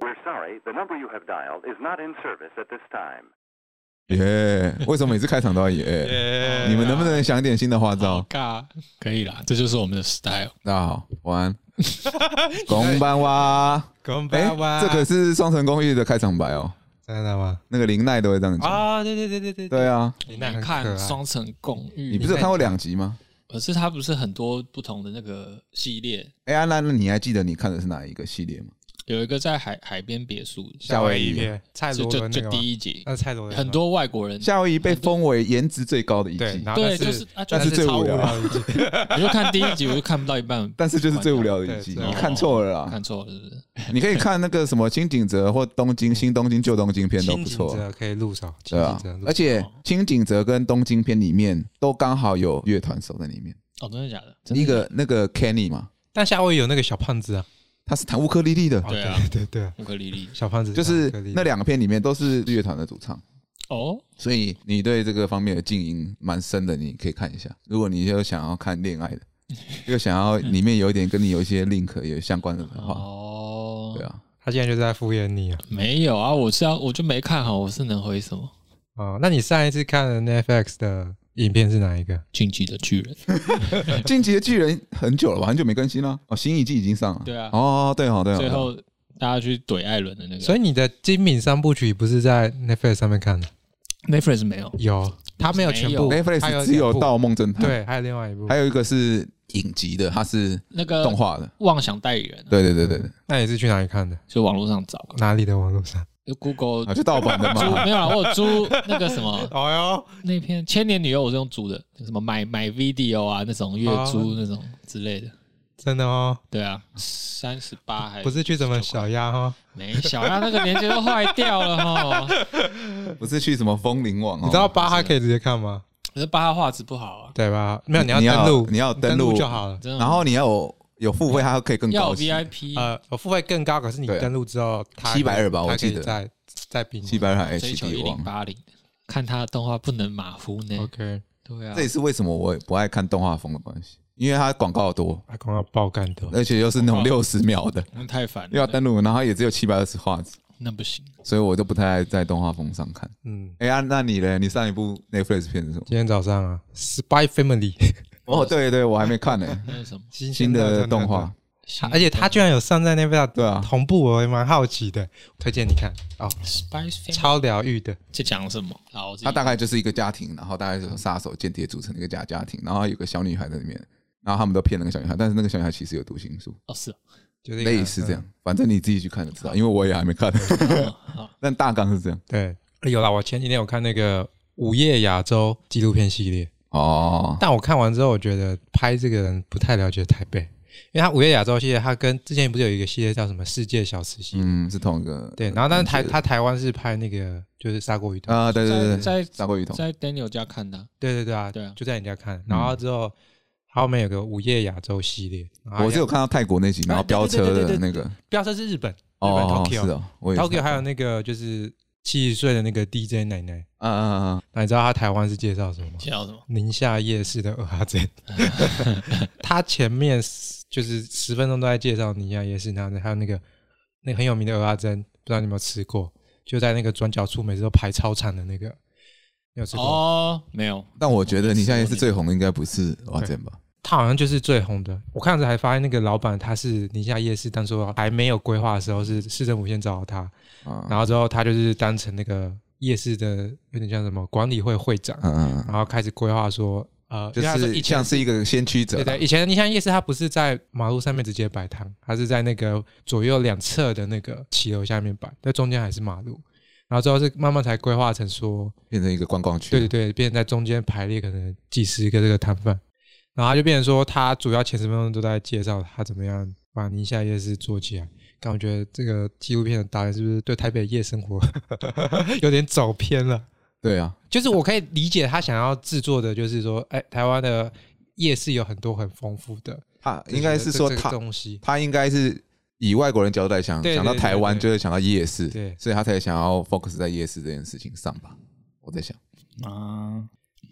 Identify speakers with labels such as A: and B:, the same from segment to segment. A: We're sorry, the number you have dialed is not in service at this time.
B: 耶、为什么每次开场都要耶、
C: 耶
B: 你们能不能想点新的花
C: 好
B: 招？
C: 尬？可以啦，这就是我们的 style。
B: 大家好，晚 安，公班哇！
D: 公
B: 哎、
D: 爸爸，
B: 这可是《双城公寓》的开场白哦，
D: 真的吗？
B: 那个林奈都会这样讲。
D: 啊，对对对对对
B: 对啊，
C: 你
D: 那
C: 来
D: 很
C: 看
D: 可爱
C: 《双层公寓》，
B: 你不是有看过两集吗？
C: 可是它不是很多不同的那个系列，
B: 哎、呀，那那你还记得你看的是哪一个系列吗？
C: 有一个在海海边别墅，
B: 夏威夷
D: 片，蔡
C: 就
D: 罗
C: 就
D: 伦那
C: 就
D: 个
C: 第
D: 吗，
C: 一集，
D: 那是蔡罗伦
C: 很
D: 吗
C: 多外国人，
B: 呃夏威夷被封为颜值最高的一
D: 嗯对，
B: 季，
D: 然后
C: 对，
D: 但
C: 就是是啊，就
B: 但是
C: 是
B: 最
C: 超
B: 无聊
D: 的一季，
C: 我就看第一集，我就看不到一半，
B: 但是就是最无聊的一季，
D: 对
B: 你看错了啦。
C: 看错了，是不是？
B: 你可以看那个什么清景泽或东
D: 嗯
B: 京新东京旧东京片都不
D: 清景
B: 错，啊
D: 泽可以入手，清
B: 对
D: 景
B: 啊
D: 泽入。手
B: 而且清景泽跟东京片里面都刚好有乐团手在里面，
C: 哦，真的假的？
B: 一个那个 Kenny 嘛，
D: 但夏威夷有那个小胖子啊，
B: 他是弹乌克丽丽的
D: 哦，
C: 对啊
D: 对对对啊，
C: 乌克丽丽
D: 小胖子
B: 就是
D: 小克力
B: 那两个片里面都是乐团的主唱。
C: 哦，
B: 所以你对这个方面的静音蛮深的，你可以看一下。如果你又想要看恋爱 的，又想要里面有一点跟你有一些 link 有相关的话，
C: 哦，
B: 对啊，
D: 他现在就是在敷衍你啊。
C: 没有啊，我是要我就没看好，我是能回什么？
D: 哦，那你上一次看的 Netflix 的影片是哪一个？
C: 进击的巨人，
B: 《进击的巨人》很久了吧？很久没更新了。哦，新一季已经上了。
C: 对啊
B: 哦，对 哦，对哦。
C: 最
B: 对哦
C: 后大家去怼艾伦的那个，
D: 所以你的精品三部曲不是在 Netflix 上面看的？
C: Netflix 没有，
D: 有，他没有全部
C: 没
D: 它有
B: Netflix 只有
D: 两部
B: 《盗梦侦探》，，
D: 对，还有另外一部
B: 还，有一个是影集的，它是
C: 那个
B: 动画的。
C: 妄想代理人、啊，
B: 对对对对对，
D: 那你是去哪里看的？
C: 就网络上找啊，
D: 哪里的网络上？
C: 就 Google
B: 啊，就盗版的
C: 租
B: 嘛。
C: 没有啊，我有租那个什么
B: 哎
D: 哦哟，
C: 那篇《千年女优》，我是用租的，什么买买 video 啊那种月
D: 哦
C: 租那种之类的。
D: 真的哦，
C: 对啊，三十八还
D: 不是去什么小鸭哦
B: 哦
D: 哈？
C: 没小鸭那个年纪都坏掉了哈，
B: 不是去什么风铃网哦，
D: 你知道巴哈可以直接看吗？
C: 可是八号画质不好啊，
D: 对吧？没有，
B: 你
D: 要登
B: 你
D: 录，
B: 要你要登
D: 登
B: 录
D: 就好了。
C: 真的。
B: 然后你要有有付费，它可以更
C: 要
B: 高
C: 有
B: 级，啊
C: VIP，、
D: 呃，我付费更高，可是你
B: 对啊
D: 登录之后，它可
B: 720
D: 以
B: 吧
D: 它
B: 我
D: 可以
B: 记得
D: 再再比
B: 七百海
C: 追求
B: HD
C: 一零
B: 王。
C: 八零，看他的动画不能马虎呢。
D: OK，
C: 对啊
B: 这，也是为什么我不爱看动画风的关系，因为它广告多，
D: 阿公要爆干的，
B: 而且又是那种
C: 嗯广
B: 六十秒 的，
C: 那太烦
B: 又要
C: 了，
B: 登录，然后也只有七百二十画质，
C: 那不行。
B: 所以我就不太爱在动画风上看。
D: 嗯。
B: 哎、呀、那你嘞？你上一部 Netflix 片是什么？
D: 今天早上啊，Spy Family
B: 哦，对对，我还没看 呢、
C: 那是什么？
D: 新
B: 新的动画，，
D: 它啊而且它居然有上在那边
B: 对啊
D: 同步，我也蛮好奇的，推荐你看哦，
C: Spice Family
D: 超疗愈的，
C: 在讲什么？然后我自己
B: 它大概就是一个家庭，然后大概就是杀手、间谍组成的一个假家庭，然后有个小女孩在里面，然后他们都骗那个小女孩，但是那个小女孩其实有读心术，
C: 哦是哦
D: 就是一个
B: 类似这样。反正你自己去看就知道，因为我也还没看，但大纲是这样。
D: 对，有啦，我前几天有看那个《午夜亚洲》纪录片系列，
B: 哦，
D: 但我看完之后，我觉得拍这个人不太了解台北，因为他《午夜亚洲》系列，他跟之前不是有一个系列叫什么《世界小吃》系列，
B: 嗯，是同一个
D: 对，然后但是台他台湾是拍那个就是砂锅鱼头，
B: 啊、对对对对，
C: 在
B: 砂
C: 在
B: 锅鱼头，
C: 在 Daniel 家看的啊，
D: 对对对啊，
C: 对啊
D: 就在你家看，然后之后他后面有个《午夜亚洲》系列，然后
B: 我是有看到泰国那集，然后飙车的那个，
D: 飙车是日本，日本
B: 哦，是
D: Tokyo，Tokyo、
B: 哦，我有看
D: 还有那个就是七十岁的那个 DJ 奶奶，
B: 嗯嗯嗯嗯，
D: 那你知道他台湾是介绍什么吗？
C: 叫什么？
D: 宁夏夜市的二哈珍， 他前面十就是十分钟都在介绍宁夏夜市，然后还有那个那个很有名的蚵仔煎，不知道你有没有吃过？就在那个转角处，每次都排超长的那个，你有吃过？
C: 哦，没有，
B: 但我觉得你现在是最红的，应该不是瓦珍吧？
D: 他好像就是最红的。我看着还发现那个老板他是宁夏夜市，当初还没有规划的时候是市政府先找到他，
B: 啊，
D: 然后之后他就是当成那个夜市的有点像什么管理会会长，
B: 嗯嗯
D: 然后开始规划说，呃，
B: 嗯，就
D: 因为他说
B: 是
D: 以前
B: 像是一个先驱者
D: 对
B: 啦，
D: 对，以前你像夜市，它不是在马路上面直接摆摊，它是在那个左右两侧的那个骑楼下面摆，在中间还是马路。然后之后是慢慢才规划成说，
B: 变成一个观光区。
D: 对对对，变成在中间排列可能几十个这个摊贩，然后它就变成说，它主要前十分钟都在介绍它怎么样把宁夏夜市做起来。但我觉得这个纪录片的导演是不是对台北夜生活 有点走偏了？
B: 对啊，
D: 就是我可以理解他想要制作的，就是说，哎，台湾的夜市有很多很丰富的，
B: 他啊应该是说
D: 这个
B: 他
D: 东西，
B: 他应该是以外国人角度来想，
D: 对对
B: 想到台湾
D: 对对
B: 就会想到夜市，
D: 对
B: 所以他才想要 focus 在夜市这件事情上吧。我在想，
C: 啊，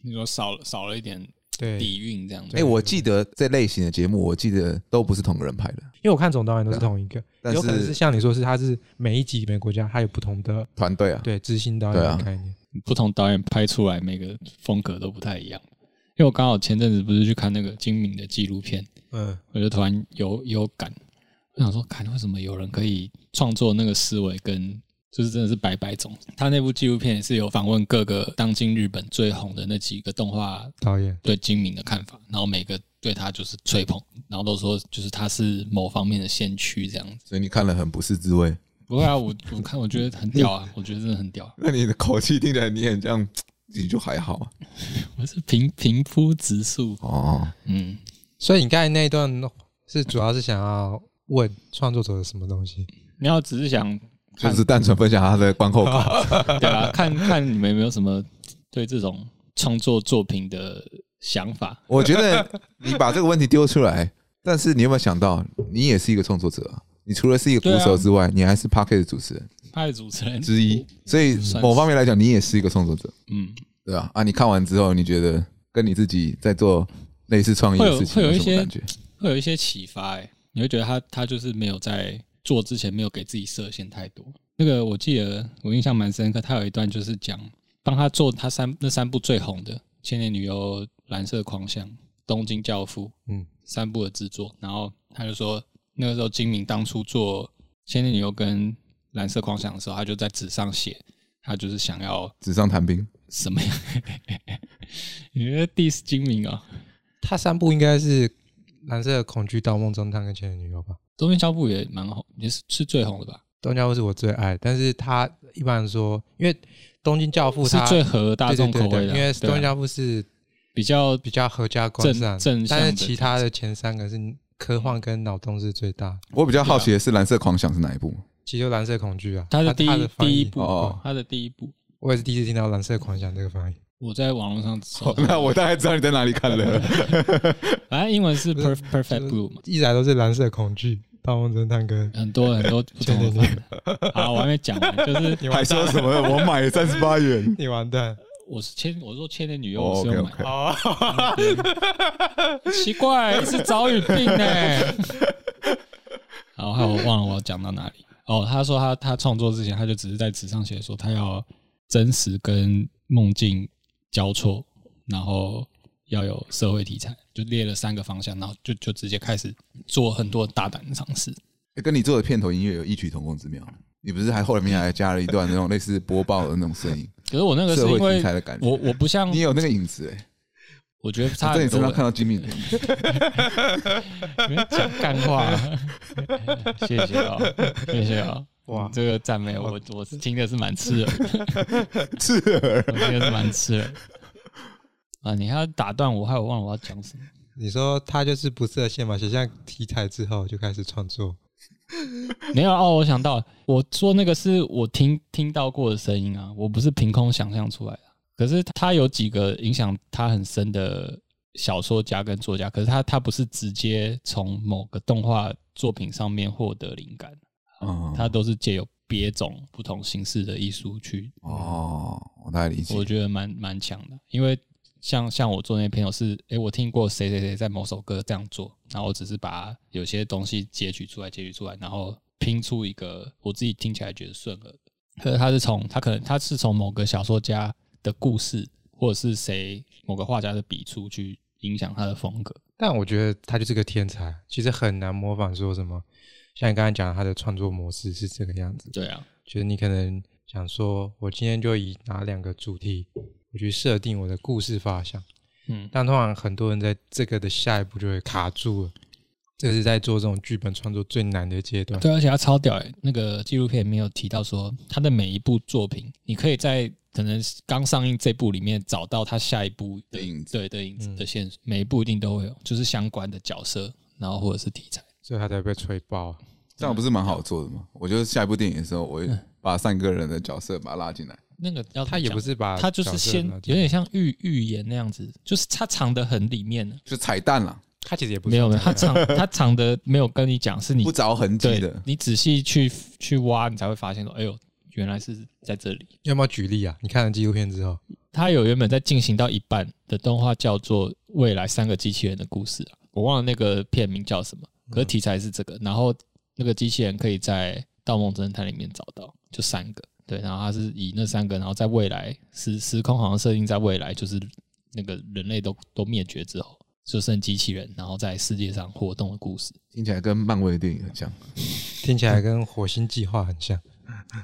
C: 你说少了少了一点
D: 对
C: 底蕴这样子。
B: 哎，我记得这类型的节目，我记得都不是同个人拍的，
D: 因为我看总导演都是同一个，
B: 啊但
D: 有可能
B: 是
D: 是像你说是他是每一集每个国家他有不同的
B: 团队啊，
D: 对执行导演
B: 对啊
D: 的概念，
C: 不同导演拍出来每个风格都不太一样。因为我刚好前阵子不是去看那个金敏的纪录片，
D: 嗯
C: 我就突然有有感，我想说，看为什么有人可以创作那个思维跟。就是真的是百百种，他那部纪录片也是有访问各个当今日本最红的那几个动画
D: 导演
C: 对金敏的看法，然后每个对他就是吹捧，然后都说就是他是某方面的先驱这样子。
B: 所以你看了很不是滋味。
C: 不会啊，我我看我觉得很屌啊，我觉得真的很屌啊、
B: 那你的口气听起来你很像，你就还好啊
C: 我是平平铺直述，
B: 哦。
C: 嗯，
D: 所以你刚才那一段是主要是想要问创作者什么东西？
C: 你要只是想
B: 就
C: 看
B: 是单纯分享他的观后感，
D: 哦
C: 对啊，看看你们有没有什么对这种创作作品的想法。
B: 我觉得你把这个问题丢出来，但是你有没有想到，你也是一个创作者啊？你除了是一个鼓手之外，你还是 p a r k e t 主持人
C: 他的主持人，
B: 之一，所以
C: 算是
B: 某方面来讲，你也是一个创作者，
C: 嗯，
B: 对吧、啊？你看完之后，你觉得跟你自己在做类似创意的事情
C: 会有会有一
B: 什么
C: 些
B: 感觉？
C: 会有一些启发、欸，你会觉得他他就是没有在做之前没有给自己设限太多。那个我记得我印象蛮深刻，他有一段就是讲帮他做他三那三部最红的《千年女优》《蓝色狂想》《东京教父》
D: 嗯，
C: 三部的制作，然后他就说那个时候金明当初做《千年女优》跟《蓝色狂想》的时候，他就在纸上写，他就是想要
B: 纸上谈兵，
C: 什么样？ 你觉得 diss 金明啊、
D: 他三部应该是《蓝色恐惧》《盗梦侦探》跟《前任女友》吧，《
C: 东边教父也蛮红，也是是最红的吧？
D: 东京教父》是我最爱，但是他一般说，因为《东京教父
C: 是
D: 它》
C: 最合大众
D: 对
C: 口味
D: 对对
C: 的啊，
D: 对因为《
C: 对
D: 东
C: 啊
D: 京教父》是
C: 比较
D: 比较合家观赏，
C: 正正向的
D: 但是其他的前三个是科幻跟脑洞是最大，
B: 我比较好奇的是《蓝色狂想》是哪一部？
D: 其实就《蓝色恐惧》啊，
C: 他
D: 它
C: 的第
D: 它
C: 一
D: 的翻译
C: 第一部
B: 哦，
C: 他的第一部，
D: 我也是第一次听到《蓝色狂想》这个翻译，
C: 我在网络上搜
B: 哦， 那我大概知道你在哪里 看了。
C: 反正英文 是 perfect
D: 就
C: perfect blue 嘛，
D: 一来都是《蓝色恐惧》《盗梦侦探》跟
C: 很多很多不同的版本。好，我还没讲完，就是
D: 你
B: 还
D: 完
B: 说
D: 蛋，
B: 什么？我买三十八元，
D: 你完蛋。
C: 我是签，我说签的女优，
B: 哦
C: 我是有买。
B: OK，OK
D: 哦，
C: 嗯奇 怪，是早语病呢、 然后害我忘了我要讲到哪里。哦，他说他他创作之前，他就只是在纸上写说他要真实跟梦境交错，然后要有社会题材，就列了三个方向，然后就就直接开始做很多大胆的尝试。
B: 欸跟你做的片头音乐有异曲同工之妙。你不是还后来面还加了一段那种类似播报的那种声音，
C: 可是我那个是
B: 社会
C: 因
B: 题
C: 为
B: 材的感觉。
C: 我我不像
B: 你，有那个影子哎、
C: 我觉得
B: 我
C: 嗯差
B: 在
C: 很
B: 你身
C: 多
B: 上看
C: 了。
B: 到金敏的影子。
C: 你们讲干话、 谢谢啊、谢谢啊、
D: 哇
C: 哇，这个赞美我我听的是蛮刺耳的。
B: 刺耳。
C: 我觉得是蛮吃的。啊，你还要打断我，害我忘了我要讲什么。
D: 你说他就是不设限嘛，写下题材之后就开始创作。
C: 没有哦，我想到了，我说那个是我听听到过的声音啊，我不是凭空想象出来的。可是他有几个影响他很深的小说家跟作家，可是他他不是直接从某个动画作品上面获得灵感，
B: 嗯，
C: 他都是借由别种不同形式的艺术去
B: 哦，我大概理解
C: 我。觉得蛮蛮强的，因为像像我做那篇，我是诶、我听过谁谁谁在某首歌这样做，然后我只是把有些东西截取出来，截取出来，然后拼出一个我自己听起来觉得顺耳的。可是他是从他可能他是从某个小说家的故事，或者是谁某个画家的笔触去影响他的风格。
D: 但我觉得他就是个天才，其实很难模仿说什么。像你刚才讲，他的创作模式是这个样子，
C: 对啊，
D: 就是你可能想说，我今天就以哪两个主题，我去设定我的故事发想。
C: 嗯，
D: 但通常很多人在这个的下一步就会卡住了，这是在做这种剧本创作最难的阶段。
C: 对，而且他超屌哎、那个纪录片里面有提到说，他的每一部作品，你可以在可能刚上映这部里面找到他下一部的
B: 的影子
C: 对的影子
D: 嗯
C: 的线索，每一部一定都会有，就是相关的角色，然后或者是题材。
D: 所以他才被吹爆。
B: 这样不是蛮好做的吗？我觉得下一部电影的时候，我
C: 嗯
B: 会把三个人的角色把他拉进来。
C: 那个要怎么
D: 他也
C: 讲
D: 不，是把
C: 他就是
D: 角色
C: 先
D: 拿
C: 有
D: 进来
C: 点像预预言那样子，就是他藏得很里面的，
B: 就彩蛋啦，
D: 他其实也不是
C: 没有没有，
D: 这样
C: 他藏 他藏的没有跟你讲，是你
B: 不着痕迹
C: 对
B: 的，
C: 你仔细去去挖，你才会发现说，哎呦，原来是在这里。
D: 要不要举例啊？你看了纪录片之后，
C: 它有原本在进行到一半的动画叫做《未来三个机器人的故事》啊，我忘了那个片名叫什么。可是题材是这个，然后那个机器人可以在《盗梦侦探》里面找到，就三个。对，然后它是以那三个，然后在未来时时空好像设定在未来，就是那个人类都都灭绝之后，就剩机器人，然后在世界上活动的故事。
B: 听起来跟漫威的电影很像。
D: 听起来跟《火星计划》很像。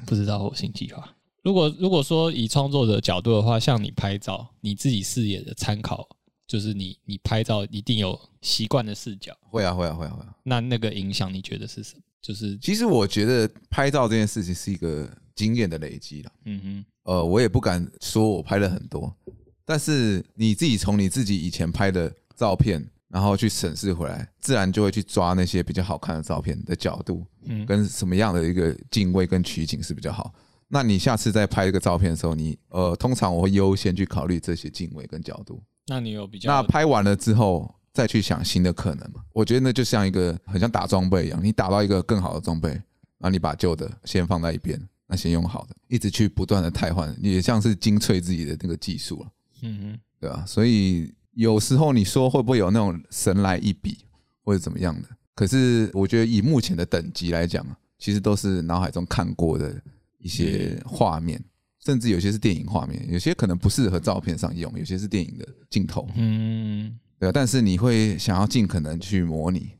C: 不知道火星计划。如果如果说以创作者角度的话，像你拍照，你自己视野的参考就是你你拍照一定有习惯的视角，
B: 会啊，会啊，会啊，会啊。
C: 那那个影响你觉得是什么？就是
B: 其实我觉得拍照这件事情是一个经验的累积啦。
C: 嗯哼，
B: 呃，我也不敢说我拍了很多，但是你自己从你自己以前拍的照片，然后去审视回来，自然就会去抓那些比较好看的照片的角度，
C: 嗯
B: 跟什么样的一个敬畏跟取景是比较好。那你下次再拍一个照片的时候，你呃，通常我会优先去考虑这些敬畏跟角度。
C: 那你有比较
B: 那拍完了之后，再去想新的可能嘛？我觉得那就像一个很像打装备一样，你打到一个更好的装备，然后你把旧的先放在一边，那先用好的，一直去不断的汰换，也像是精粹自己的那个技术了，
C: 嗯哼，
B: 对吧、所以有时候你说会不会有那种神来一笔或者怎么样的？可是我觉得以目前的等级来讲啊，其实都是脑海中看过的一些画面。甚至有些是电影画面，有些可能不适合照片上用，有些是电影的镜头。
C: 嗯
B: 对啊，但是你会想要尽可能去模拟，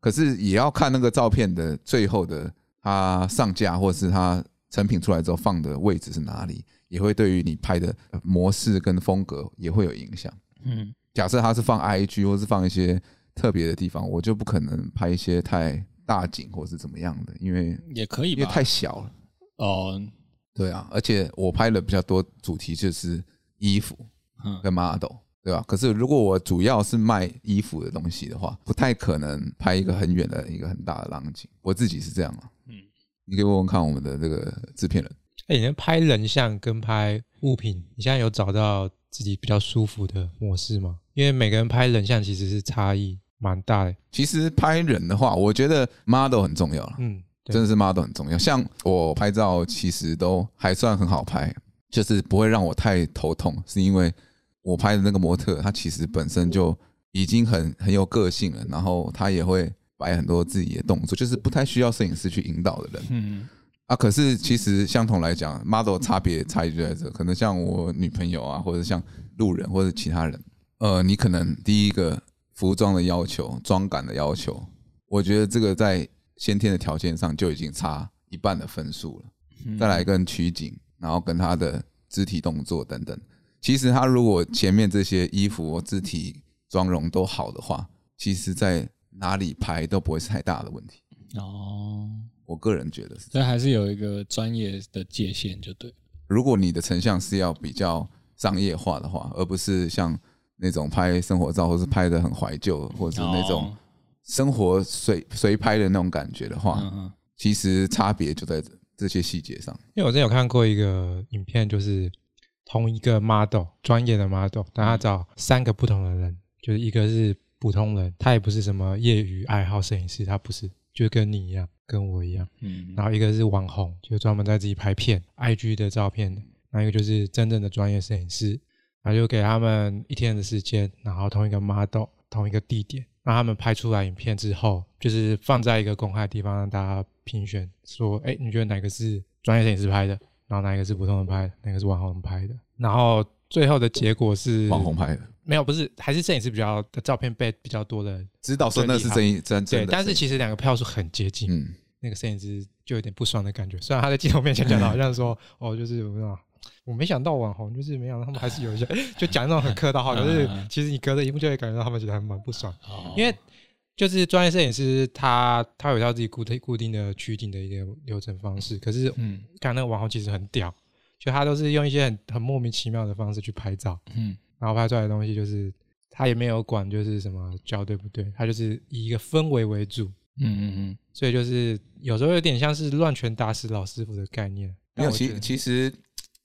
B: 可是也要看那个照片的最后的它上架或是它成品出来之后放的位置是哪里，也会对于你拍的呃模式跟风格也会有影响。
C: 嗯，
B: 假设它是放 IG 或是放一些特别的地方，我就不可能拍一些太大景或是怎么样的，因为
C: 也可以
B: 因为
C: 吧。
B: 太小了。
C: 哦，
B: 对啊，而且我拍的比较多主题就是衣服，
C: 嗯
B: 跟 model，对吧？可是如果我主要是卖衣服的东西的话，不太可能拍一个很远的一个很大的浪景。我自己是这样啊，嗯
C: 嗯，
B: 你可以问问看我们的这个制片人。
D: 哎、你你拍人像跟拍物品，你现在有找到自己比较舒服的模式吗？因为每个人拍人像其实是差异蛮大的。
B: 其实拍人的话，我觉得 model 很重要了，
D: 嗯，对
B: 真的是 model 很重要。像我拍照其实都还算很好拍，就是不会让我太头痛，是因为我拍的那个模特，她其实本身就已经很很有个性了，然后她也会摆很多自己的动作，就是不太需要摄影师去引导的人。
C: 嗯
B: 啊，可是其实相同来讲，model 差别差异就在这，可能像我女朋友啊，或者像路人或者其他人，呃，你可能第一个服装的要求、妆感的要求，我觉得这个在先天的条件上就已经差一半的分数了。
C: 嗯
B: 再来跟取景，然后跟他的肢体动作等等。其实他如果前面这些衣服、肢体、妆容都好的话，其实在哪里拍都不会是太大的问题。
C: 哦，
B: 我个人觉得是这样。
C: 所以还是有一个专业的界限，就对。
B: 如果你的成像是要比较商业化的话，而不是像那种拍生活照，或是拍的很怀旧，或者那种
C: 哦
B: 生活随随拍的那种感觉的话，
C: 嗯嗯
B: 其实差别就在这这些细节上。
D: 因为我之前有看过一个影片，就是同一个 model 专业的 model，但他找三个不同的人，就是一个是普通人，他也不是什么业余爱好摄影师，他不是，就跟你一样，跟我一样。
C: 嗯，
D: 然后一个是网红，就专门在自己拍片、IG 的照片的；然后一个就是真正的专业摄影师。然后就给他们一天的时间，然后同一个 model、同一个地点，让他们拍出来影片之后，就是放在一个公开的地方让大家评选，说：哎，你觉得哪个是专业摄影师拍的？然后哪一个是普通人拍的？哪个是网红拍的？然后最后的结果是
B: 网红拍的，
D: 没有，不是，还是摄影师比较的照片被比较多的人
B: 知道说那是真一真真
D: 对，
B: 的，
D: 但是其实两个票数很接近，
B: 嗯，
D: 那个摄影师就有点不爽的感觉。虽然他在镜头面前讲的好像说， 哦，就是我不知道，我没想到网红，就是没想到他们还是有一 些，就讲那种很客套
C: 嗯
D: 话，可是其实你隔着荧幕就会感觉到他们其实还蛮不爽，
C: 哦
D: 因为就是专业摄影师他他有一套自己固定固定的取景的一个流程方式，可是
C: 嗯
D: 看那个网红其实很屌，就他都是用一些很很莫名其妙的方式去拍照，
C: 嗯
D: 然后拍出来的东西就是他也没有管就是什么焦对不对，他就是以一个氛围为主。
C: 嗯嗯
D: 所以就是有时候有点像是乱拳打死老师傅的概念。
B: 没
D: 但
B: 有
D: 我觉
B: 其
D: 得
B: 其实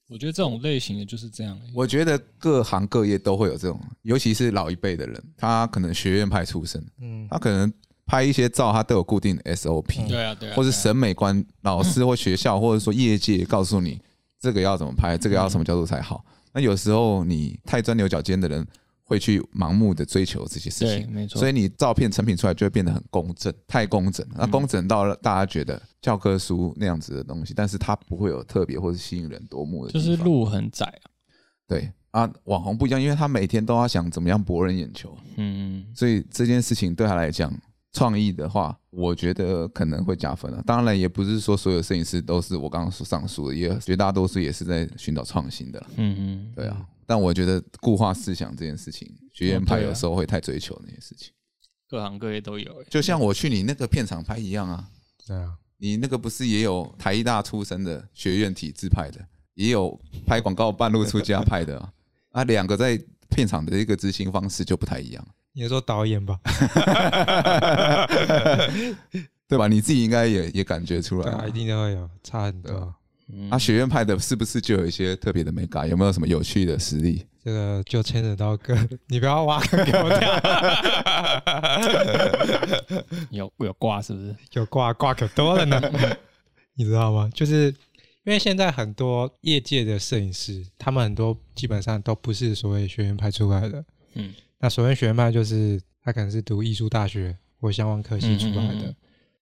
C: 我觉得这种类型的就是这样。
B: 我觉得各行各业都会有这种，尤其是老一辈的人，他可能学院派出身，
D: 嗯，
B: 他可能拍一些照，他都有固定的 SOP，、
D: 嗯
C: 对啊对啊，
B: 或是
C: 对啊
B: 审美观老师或学校，或者说业界告诉
C: 嗯
B: 你这个要怎么拍，这个要什么角度才好。那有时候你太钻牛角尖的人，会去盲目的追求这些事
C: 对，
B: 情。
C: 没错。嗯
B: 所
C: 以
B: 以你照片成品出来就会变得很工整，太工整了。那工整到了大家觉得教科书那样子的东西，但是它不会有特别或是吸引人夺目的地
C: 就
B: 方。
C: 是路很窄啊，
B: 对啊，网红不一样，因为他每天都要想怎么样博人眼球，
C: 嗯，
B: 所以这件事情对他来讲，创意的话，我觉得可能会加分了、当然，也不是说所有摄影师都是我刚刚所上述的，也绝大多数也是在寻找创新的啦。
C: 嗯嗯，
B: 对啊，但我觉得固化思想这件事情，学院派有时候会太追求那些事情，
C: 各行各业都有、欸，
B: 就像我去你那个片场拍一样啊。
D: 对啊，
B: 你那个不是也有台艺大出身的学院体制派的，也有拍广告半路出家派的啊， 啊，两个在片场的一个执行方式就不太一样，
D: 你说导演吧，
B: 对吧？你自己应该也也感觉出来
D: 对
B: 啊
D: 啊，一。定都会有差很多。
C: 嗯
B: 啊，学院派的是不是就有一些特别的美感？有没有什么有趣的实例？
D: 这个就牵扯到个， 你不要挖坑给我 跳，
C: 有有挂是不是？
D: 有挂挂可多了呢， 你知道吗？就是因为现在很多业界的摄影师，他们很多基本上都不是所谓学院派出来的。
C: 嗯，
D: 那所谓学院派就是他可能是读艺术大学或相关科系出来
C: 嗯嗯
D: 的，
C: 嗯嗯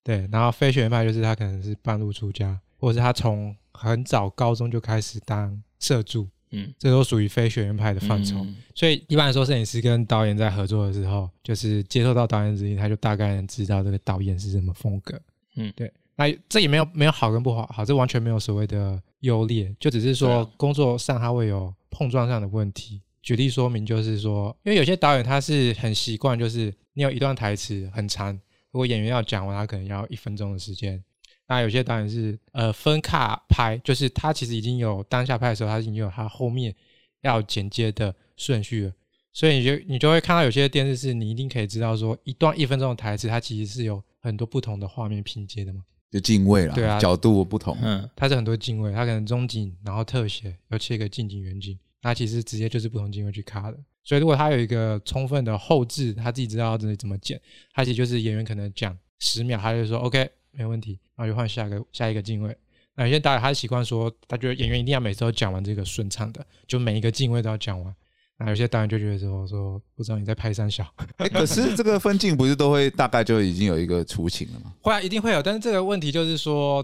D: 对。然后非学院派就是他可能是半路出家，或者是他从很早高中就开始当社助，
C: 嗯，
D: 这都属于非学院派的范畴。
C: 嗯
D: 所以一般来说，摄影师跟导演在合作的时候，就是接受到导演指令，他就大概能知道这个导演是什么风格。
C: 嗯
D: 对。那这也没有没有好跟不好，好，这完全没有所谓的优劣，就只是
C: 对
D: 说
C: 啊
D: 工作上它会有碰撞上的问题。举例说明就是说，因为有些导演他是很习惯，就是你有一段台词很长，如果演员要讲完，他可能要一分钟的时间。那有些导演是呃分卡拍，就是他其实已经有当下拍的时候，他已经有他后面要剪接的顺序了，所以你就你就会看到有些电视是你一定可以知道说一段一分钟的台词，它其实是有很多不同的画面拼接的嘛，
B: 就敬畏啦，
D: 对啊
B: 角度不同，
C: 嗯
D: 它是很多镜位，它可能中景，然后特写，又切个近景、远景，那其实直接就是不同镜位去卡的。所以如果他有一个充分的后置，他自己知道自己怎么剪，他其实就是演员可能讲十秒，他就说 OK 没问题，然后就换下一个下一个镜位。那有些导演他习惯说，他觉得演员一定要每次都讲完这个顺畅的，就每一个镜位都要讲完。那有些导演就觉得说说不知道你在拍三小，
B: 哎，可是这个分镜不是都会大概就已经有一个雏形了吗？
D: 会啊一定会有，但是这个问题就是说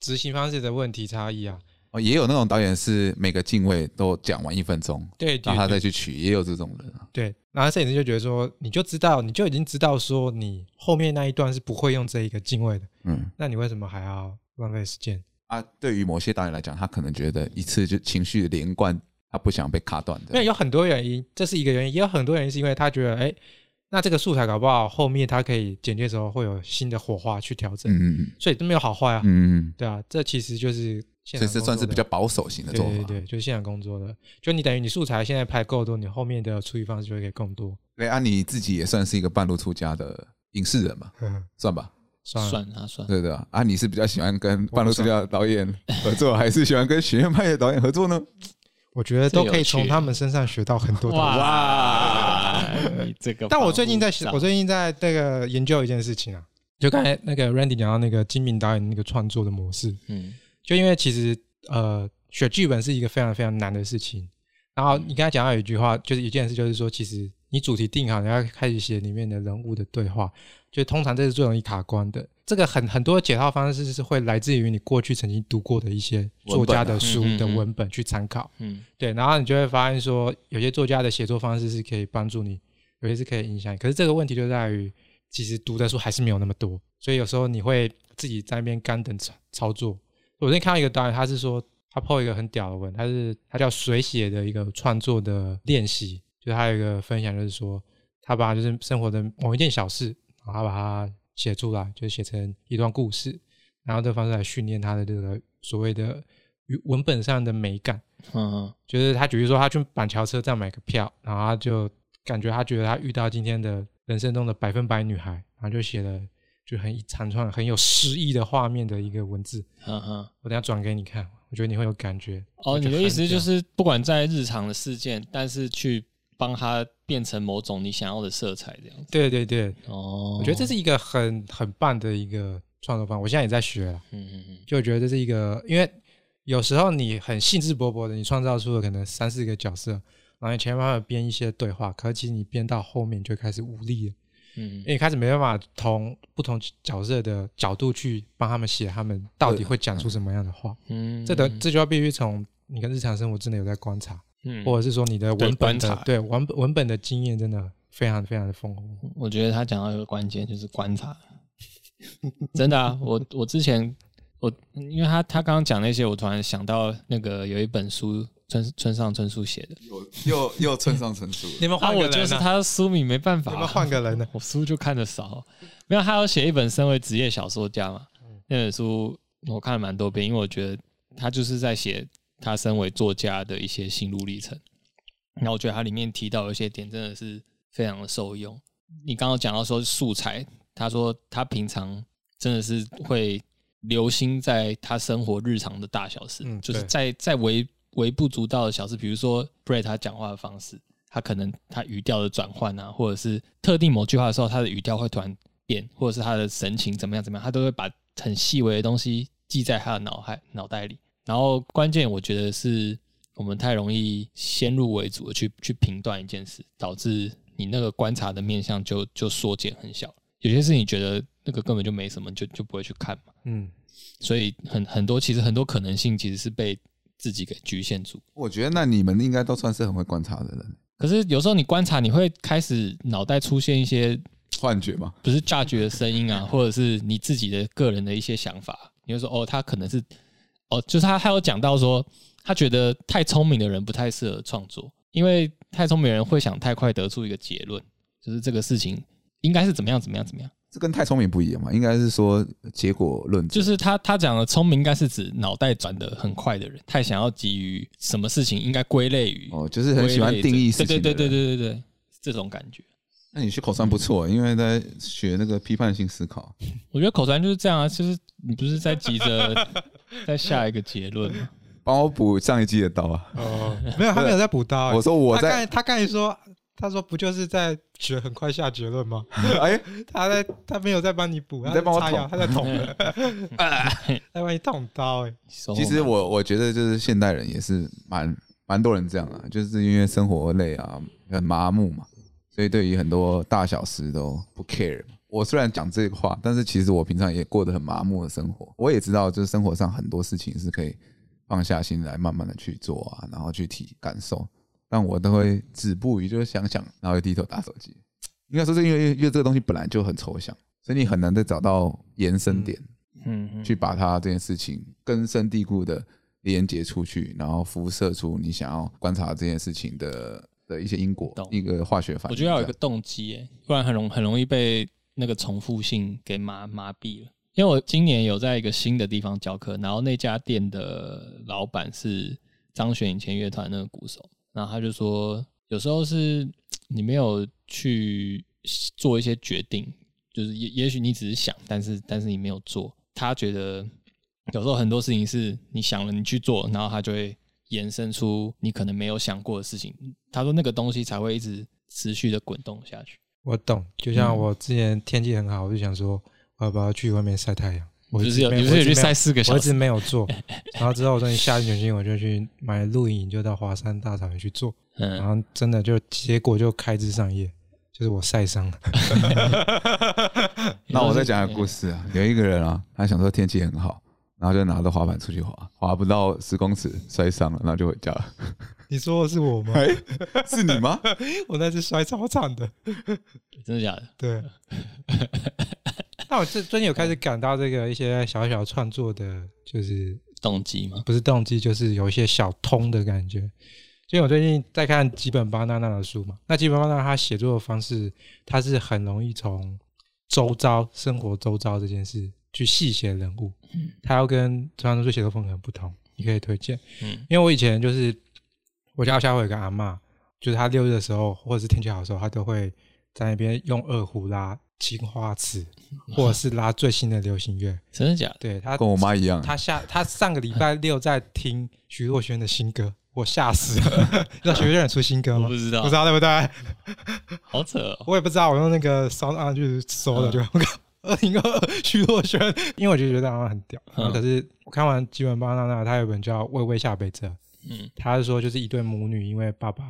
D: 执行方式的问题差异啊。
B: 哦，也有那种导演是每个镜位都讲完一分钟，
D: 对，对
B: 然啊后他
D: 对
B: 再去取，也有这种人啊。
D: 对，然后摄影师就觉得说，你就知道，你就已经知道说你后面那一段是不会用这一个敬畏的，
B: 嗯，
D: 那你为什么还要浪费时间？
B: 啊，对于某些导演来讲，他可能觉得一次就情绪连贯，他不想被卡断的。
D: 因为有很多原因，这是一个原因，也有很多原因是因为他觉得，哎，那这个素材搞不好后面他可以剪接的时候会有新的火花去调整，
B: 嗯嗯
D: 所以都没有好坏啊，
B: 嗯嗯
D: 对啊，这其实就是
B: 嗯，
D: 现
B: 所
D: 场
B: 以这
D: 工
B: 算是
D: 作
B: 比
D: 的
B: 较保守型的
D: 对
B: 做法。
D: 对对，就是现场工作的，就你等于你素材现在拍够多，你后面的处理方式就会更多，
B: 对啊，你自己也算是一个半路出家的影视人嘛，算吧，
D: 算了
C: 算啊算，
B: 对的啊。啊你是比较喜欢跟半路出家的导演合作，还是喜欢跟学院派的导演合作 呢？
D: 我觉得
C: 这
D: 都
C: 有
D: 可以
C: 趣
D: 从他们身上学到很多东西。
C: 哇，你这个防护罩，
D: 但我最近在学，我最近在那个研究一件事情啊，就刚才那个 Randy 讲到那个金明导演那个创作的模式，
C: 嗯
D: 就因为其实呃选剧本是一个非常非常难的事情。然后你刚才讲到有一句话，就是一件事，就是说其实你主题定好，你要开始写里面的人物的对话，就通常这是最容易卡关的。这个很很多解套方式是会来自于你过去曾经读过的一些作家的书
C: 文本啊
D: 的
C: 嗯嗯嗯
D: 文本去参考。
C: 嗯
D: 对，然后你就会发现说，有些作家的写作方式是可以帮助你，有些是可以影响你。可是这个问题就在于，其实读的书还是没有那么多，所以有时候你会自己在那边干等操操作。我昨天看到一个导演，他是说他 PO 一个很屌的文，他是他叫水写的一个创作的练习，就是他有一个分享，就是说他把就是生活的某一件小事，然后他把它写出来，就是写成一段故事，然后这个方式来训练他的这个所谓的语文本上的美感。
C: 嗯
D: 就是他举例说，他去板桥车站买个票，然后他就感觉他觉得他遇到今天的人生中的百分百女孩，然后就写了就很一长串很有诗意的画面的一个文字。
C: 嗯嗯。
D: 我等一下转给你看，我觉得你会有感觉。
C: 哦，
D: 我觉
C: 你
D: 得
C: 的意思
D: 很屌
C: 就是，不管在日常的事件，但是去帮它变成某种你想要的色彩，这样子。
D: 对对对，
C: 哦，
D: 我觉得这，是一个很很棒的一个创作方法。我现在也在学了，
C: 嗯嗯嗯，
D: 就我觉得这是一个，因为有时候你很兴致勃勃的，你创造出了可能三四个角色，然后你前面慢慢编一些对话，可是其实你编到后面就开始无力了，
C: 嗯
D: 因为你开始没办法从不同角色的角度去帮他们写他们到底会讲出什么样的话。
C: 嗯
D: 这等这就要必须从你跟日常生活真的有在观察，
C: 嗯
D: 或者是说你的
C: 对
D: 文本
C: 观察
D: 的对文本文本的经验真的非常非常的丰富。
C: 我觉得他讲到一个关键就是观察，真的啊，我我之前我因为他他刚刚讲那些，我突然想到那个有一本书村村上春树写的，
B: 又又村上春树了，
D: 你们
C: 啊，我就是他的书迷没办法、
D: 你
C: 啊，
D: 们换个人呢？
C: 我书就看的少，没有，他有写一本身为职业小说家嘛，那本书我看了蛮多遍，因为我觉得他就是在写他身为作家的一些心路历程。然后我觉得它里面提到有一些点真的是非常的受用。你刚刚讲到说素材，他说他平常真的是会留心在他生活日常的大小事，
D: 嗯
C: 就是
D: 对
C: 在在微微不足道的小事，比如说 Brad 他讲话的方式，他可能他语调的转换啊，或者是特定某句话的时候，他的语调会突然变，或者是他的神情怎么样怎么样，他都会把很细微的东西记在他的脑海脑袋里。然后关键我觉得是我们太容易先入为主的去去评断一件事，导致你那个观察的面向就就缩减很小。有些事你觉得那个根本就没什么，你就就不会去看嘛。
D: 嗯，
C: 所以很很多其实很多可能性其实是被自己给局限住。
B: 我觉得那你们应该都算是很会观察的人，
C: 可是有时候你观察，你会开始脑袋出现一些
B: 幻觉嘛。
C: 不是 judge 的声音啊，或者是你自己的个人的一些想法，你会说哦，他可能是哦，就是他他有讲到说，他觉得太聪明的人不太适合创作，因为太聪明的人会想太快得出一个结论，就是这个事情应该是怎么样怎么样怎么样，
B: 这跟太聪明不一样嘛，应该是说结果论者
C: 就是他他讲的聪明应该是指脑袋转得很快的人，太想要急于什么事情应该归类于
B: 哦，就是很喜欢定义事情的
C: 对
B: 人。
C: 对对对对对对，这种感觉。
B: 那你去口算不错，因为在学那个批判性思考。
C: 我觉得口传就是这样啊，就是你不是在急着在下一个结论吗？
B: 帮我补上一季的刀啊！
D: 哦，没有，他没有在补刀欸。
B: 我说我
D: 他刚
B: 在
D: 才，他刚才说，他说不就是在学很快下结论吗？
B: 哎，
D: 他在，他没有在帮你补，
B: 你在帮我
D: 他在插腰
B: 捅
D: 他在捅了， 在帮你捅刀哎。
C: 收
B: 其实
C: 嘛
B: 我我觉得就是现代人也是蛮蛮多人这样啊，就是因为生活累啊，很麻木嘛，所以对于很多大小事都不 care 嘛。我虽然讲这个话，但是其实我平常也过得很麻木的生活。我也知道，就是生活上很多事情是可以放下心来，慢慢的去做啊，然后去体感受。但我都会止步于就是想想，然后就低头打手机。应该说是因为因为这个东西本来就很抽象，所以你很难再找到延伸点。
C: 嗯嗯
B: 去把它这件事情根深蒂固的连接出去，然后辐射出你想要观察这件事情的的一些因果
C: 懂，
B: 一个化学反应。
C: 我觉得要有一个
B: 这样
C: 动机耶，不然很容很容易被那个重复性给麻麻痹了。因为我今年有在一个新的地方教课，然后那家店的老板是张悬以前乐团那个鼓手，然后他就说，有时候是你没有去做一些决定，就是也也许你只是想，但是但是你没有做。他觉得有时候很多事情是你想了，你去做，然后他就会延伸出你可能没有想过的事情。他说那个东西才会一直持续的滚动下去。
D: 我懂，就
C: 嗯
D: 像我之前天气很好，我就想说，我要不要去外面晒太阳？我
C: 就是
D: 一
C: 有，
D: 直没
C: 你
D: 有
C: 不是有去
D: 我一直没
C: 晒四个
D: 我
C: 小
D: 一直
C: 时？
D: 没有做。 然后之后我终于下定决心，我就去买露营，就到华山大草原去做。然
C: 嗯，
D: 后真的就结果就开枝上叶，就是我晒伤 了。
B: 那我再讲一
C: 哎
B: 个故事啊，有一个人啊，他想说天气很好，然后就拿着滑板出去滑，滑不到十公尺摔伤了，然后就回家了。
D: 你说的是我 吗？
B: 哎，是你吗？
D: 我那次摔超惨的。
C: 真的假的？
D: 对。那我最最近有开始感到这个一些小小创作的，就是
C: 动机吗？
D: 不是动机，就是有一些小通的感觉。所以我最近在看吉本巴娜娜的书嘛，那吉本巴娜他写作的方式，他是很容易从周遭生活周遭这件事去细写人物，他要跟传统书写作风格很不同，你可以推荐。
C: 嗯
D: 因为我以前就是我家下会有个阿嬷，就是她六日的时候或者是天气好的时候，她都会在那边用二胡拉青花瓷，或者是拉最新的流行乐。
C: 真的假的？
D: 对她
B: 跟我妈一样，
D: 他下他上个礼拜六在听徐若瑄的新歌，我吓死 了。你知道徐若瑄有出新歌
C: 我
D: 吗
C: 不？知道
D: 不知，道对不对？
C: 好扯哦。
D: 我也不知道，我用那个 Sound On 去搜
C: 嗯
D: 的，就二零二二徐若瑄，因为我就觉得好像很屌。
C: 嗯
D: 然后可是我看完《基本巴娜娜》，他有一本叫《微微下辈子》，
C: 嗯
D: 他是说就是一对母女因为爸爸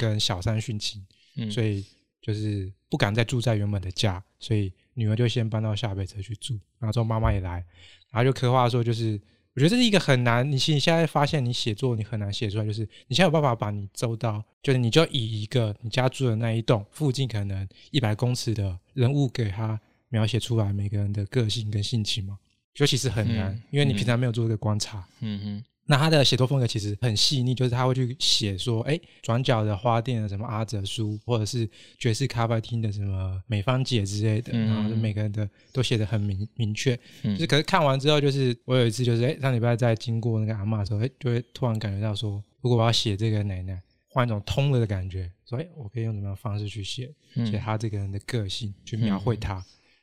D: 跟小三殉情，
C: 嗯，
D: 所
C: 以
D: 以就是不敢再住在原本的家，所以女儿就先搬到下北泽去住，然后之后妈妈也来，然后就刻画说，就是我觉得这是一个很难，你现你现在发现你写作你很难写出来，就是你现在有办法把你周到，就是你就以一个你家住的那一栋附近可能一百公尺的人物给他描写出来每个人的个性跟性情嘛，就其实很难，
C: 嗯
D: 因为你平
C: 嗯
D: 常没有做这个观察。
C: 嗯哼，
D: 那他的写作风格其实很细腻，就是他会去写说，哎，转角的花店的什么阿哲书，或者是爵士咖啡厅的什么美芳姐之类的，
C: 嗯
D: 然后就每个人的都写的很明明确。
C: 嗯
D: 就是可是看完之后，就是我有一次就是，哎，上礼拜在经过那个阿嬷的时候，哎，就会突然感觉到说，如果我要写这个奶奶，换一种通了的感觉，说，哎，我可以用什么样的方式去写，
C: 嗯
D: 写他这个人的个性，去描绘他。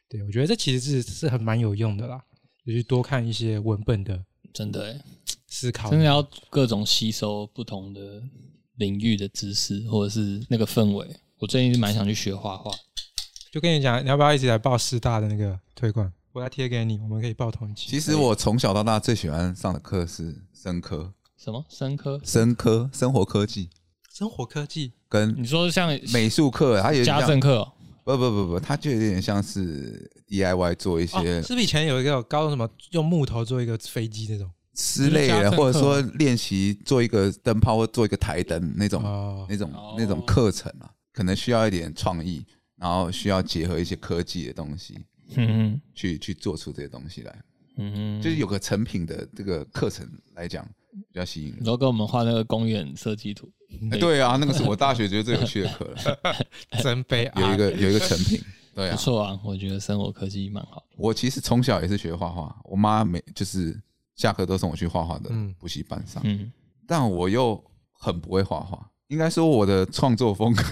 D: 对我觉得这其实是是很蛮有用的啦，就是多看一些文本的
C: 真的欸
D: 思考
C: 真的要各种吸收不同的领域的知识，或者是那个氛围。我最近是蛮想去学画画，
D: 就跟你讲，你要不要一起来报师大的那个推广？我来贴给你，我们可以报同一期。
B: 其实我从小到大最喜欢上的课是生科、
C: 什么生科？
B: 生科、生活科技
D: 生活科技
B: 跟
C: 你说像
B: 美术课，它有点
C: 嗯家
B: 像
C: 政课哦、
B: 不不不不，它就有点像是 DIY 做一
D: 哦，
B: 些
D: 是不是以前有一个有高中什么用木头做一个飞 机那种？
B: 之类的，或者说练习做一个灯泡或做一个台灯那种
D: 哦，
B: 那种
C: 哦
B: 那种课程啊，可能需要一点创意，然后需要结合一些科技的东西
C: 嗯
B: 去去做出这些东西来，
C: 哼嗯哼，
B: 就是有个成品的这个课程来讲比较吸引
C: 你
B: 人。
C: 都给我们画那个公园设计图，
B: 哎对啊，那个是我大学觉得最有趣的课了，
D: 真悲哀。
B: 有一个有一个成品。对
C: 不
B: 啊，
C: 错啊，我觉得生活科技蛮好。
B: 我其实从小也是学画画，我妈每就是下课都送我去画画的
D: 嗯
B: 补习班上，
C: 嗯
B: 但我又很不会画画。应该说我的创作风格，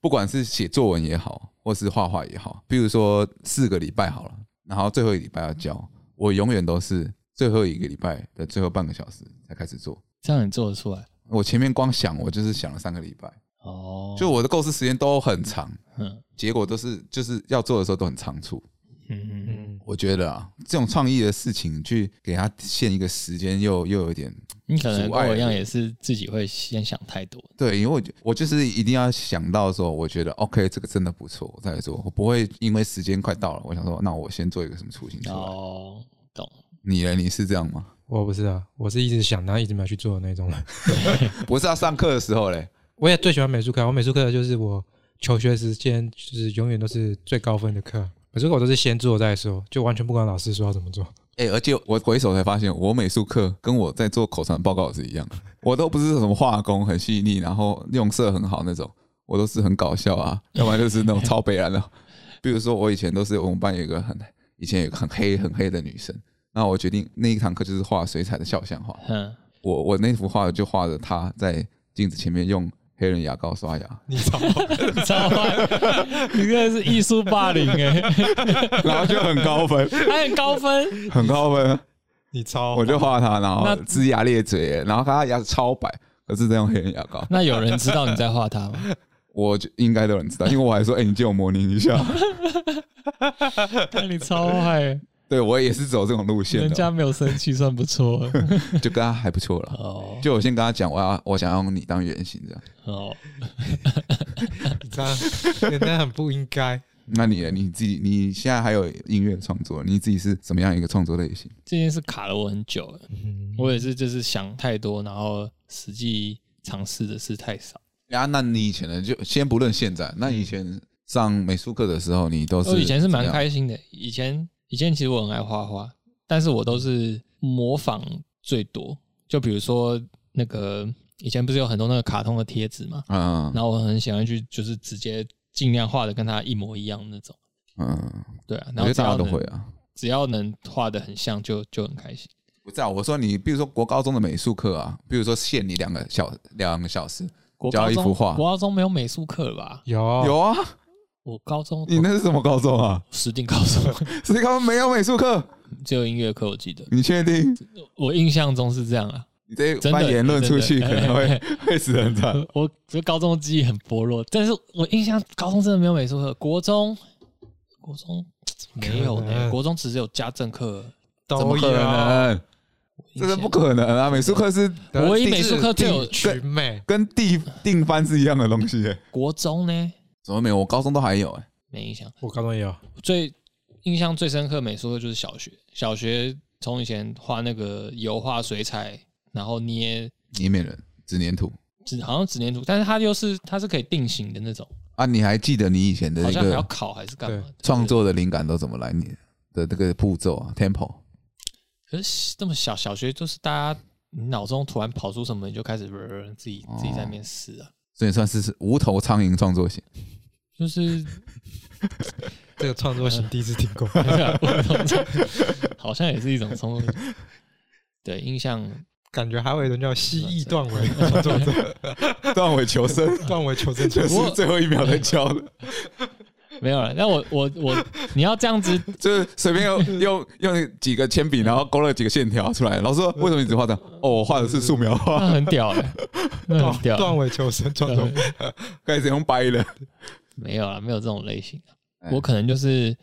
B: 不管是写作文也好，或是画画也好，比如说四个礼拜好了，然后最后一个礼拜要交，我永远都是最后一个礼拜的最后半个小时才开始做。
C: 这样你做得出来
B: 我前面光想，我就是想了三个礼拜，
C: 哦？
B: 就我的构思时间都很长，
C: 嗯
B: 结果都是就是要做的时候都很仓促。
C: 嗯嗯，
D: 嗯，
B: 我觉得啊，这种创意的事情去给它限一个时间，又又有一点
C: 你可能
B: 阻
C: 跟
B: 碍
C: 我一样，
B: 了
C: 也是自己会先想太多。
B: 对，因为我就我就是一定要想到说，我觉得 OK，这个真的不错，我再来做。我不会因为时间快到了，我想说，那我先做一个什么雏形出来。
C: 哦，懂。
B: 你呢？你是这样吗？
D: 我不是啊，我是一直想，然后一直没有去做 的那种人。
B: 不是要啊上课的时候嘞，
D: 我也最喜欢美术课，我美术课就是我求学时间就是永远都是最高分的课。美术课我都是先做再说，就完全不管老师说要怎么做。
B: 哎、而且我回首才发现，我美术课跟我在做口传报告是一样的，我都不是什么画工很细腻，然后用色很好那种，我都是很搞笑啊，要不然就是那种 超北然的。比如说我以前都是我们班有一个很以前有一个很黑很黑的女生，那我决定那一堂课就是画水彩的肖像画。
C: 嗯，
B: 我我那幅画就画着他在镜子前面用黑人牙膏刷牙，
D: 你操！
C: 超坏，你这是艺术霸凌 哎、
B: 然后就很高分，
C: 还很高分。
B: 很高分。
D: 你超！
B: 我就画他，然后
C: 那
B: 龇牙咧嘴，然后他牙齿超白，可是在用黑人牙膏。
C: 那有人知道你在画他吗？
B: 我就应该都能知道，因为我还说，哎、你借我模拟一下。
C: 看你超坏，
B: 对我也是走这种路线
C: 人
B: 的
C: 家，没有生气算不 错。
B: 就跟他还不错了。
C: 哦
B: 就我先跟他讲，我要我想用你当原型这样。
C: 哦，
D: 你这样，人家很不应该。
B: 那你呢你自己你现在还有音乐创作，你自己是怎么样一个创作类型？
C: 这件事卡了我很久了，
D: 嗯
C: 我也是就是想太多，然后实际尝试的事太少。
B: 呀，啊那你以前呢？就先不论现在，那以前上美术课的时候，你都是
C: 我嗯哦以前是蛮
B: 怎样
C: 开心的，以前以前其实我很爱画画，但是我都是模仿最多。就比如说那个以前不是有很多那个卡通的贴纸嘛，
B: 嗯
C: 然后我很喜欢去就是直接尽量画的跟他一模一样那种。
B: 嗯，
C: 对啊，
B: 我
C: 然
B: 觉
C: 后
B: 得
C: 只
B: 大家
C: 要
B: 都
C: 能
B: 会啊。
C: 只要能画的很像就就很开心。
B: 不是啊，我说你，比如说国高中的美术课啊，比如说限你两个小两个小时，
C: 国
B: 只要
C: 高
B: 一
C: 中
B: 幅画
C: 国高中没有美术课了吧？
D: 有
B: 有啊，
C: 我高中
B: 你那是什么高中啊？
C: 实定高中
B: 谁高中没有美术课？
C: 只有音乐课，我记得
B: 你确定？
C: 我印象中是这样啊。
B: 你这
C: 真的
B: 番言论出去可
C: 真的
B: 能 会会死人惨。
C: 呃我觉得高中记忆很薄弱，但是我印象高中真的没有美术课，国中国中没有
D: 可能
C: 呢，国中只是有家政课，
B: 怎么
D: 都
B: 可
C: 哦
D: 有。
B: 能？这是不可能啊！美术课是
C: 我以美术课最有
D: 曲妹，
B: 跟地定番是一样的东西、 欸，
C: 国中呢
B: 怎么没有？我高中都还有、欸，
C: 没印象，
D: 我高中也有，
C: 最印象最深刻美术课就是小学，小学从以前画那个油画水彩，然后捏
B: 泥美人、纸粘土
C: 纸好像纸粘土，但是它又是它是可以定型的那种，
B: 啊！你还记得你以前的
C: 好
B: 那
C: 像还要
B: 个
C: 考还是干嘛的
B: 创。作的灵感都怎么来？你的这个步骤啊，tempo，
C: 可是这么小小学就是大家你脑中突然跑出什么，你就开始 自己自己在那边试啊，
B: 所以算是是无头苍蝇创作型。
C: 就是
D: 这个创作型第一次听过。
C: 好像也是一种冲动。对，印象
D: 感觉还有一种叫蜥蜴 断尾创作者，
B: 断尾求 生，
D: 断尾求生者
B: 这是最后一秒在教的，
C: 没有了。那我我我，你要这样子，
B: 就是随便 用用用几个铅笔，然后勾了几个线条出来。老师说：“为什么你只画这样？”哦，我画的是素描 画，
C: 那很屌哎、那很屌。
D: 哦
C: 欸
D: 断尾求生创作者，
B: 开始用掰了。
C: 没有啦，没有这种类型的
B: 哎
C: 我可能就是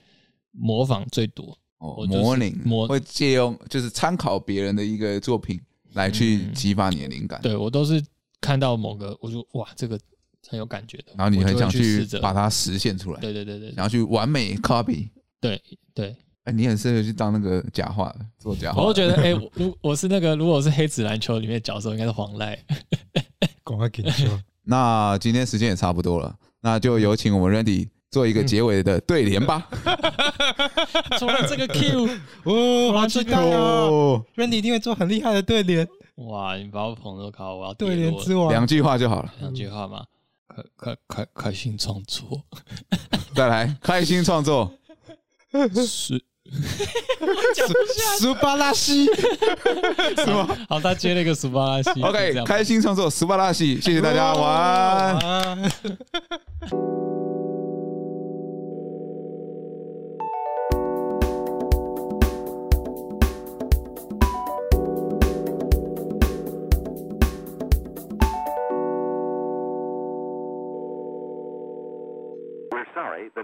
C: 模仿最多，
B: 哦
C: 我，就是
B: 模拟
C: 模
B: 会借用就是参考别人的一个作品来去
C: 嗯
B: 激发你的灵感，
C: 对我都是看到某个，我就哇，这个很有感觉的，
B: 然后你
C: 我就
B: 很
C: 会
B: 想
C: 去
B: 去
C: 试着
B: 把它实现出来，
C: 对对对对
B: 然后去完美 copy。
C: 对对，
B: 哎，你很适合去当那个假画的做假画
C: 我
B: 的，
C: 会觉得哎，我如我是那个，如果我是黑子篮球里面的角色，我应该是黄赖。
D: 赶快给你说，
B: 那今天时间也差不多了，那就有请我们 Randy 做
C: 嗯
B: 一个结尾的对联吧。
C: 除了这个 Q，
D: 哦，好期待哦
B: 哦，
D: ！Randy 一定会做很厉害的对联，
C: 哇，你把我捧得高，我要跌
D: 对联
C: 落
D: 之
C: 了
B: 两
D: 王，
B: 句话就好了。
C: 两句话嘛，快快快快新创作
B: 再来，开心创作，
C: 是
D: 苏巴拉西，
C: 是吗？好，他接了一个苏巴拉西就这
B: OK，
C: 样
B: 开心创作，斯巴拉西，谢谢大家，晚安。
D: 安。
A: We're sorry, the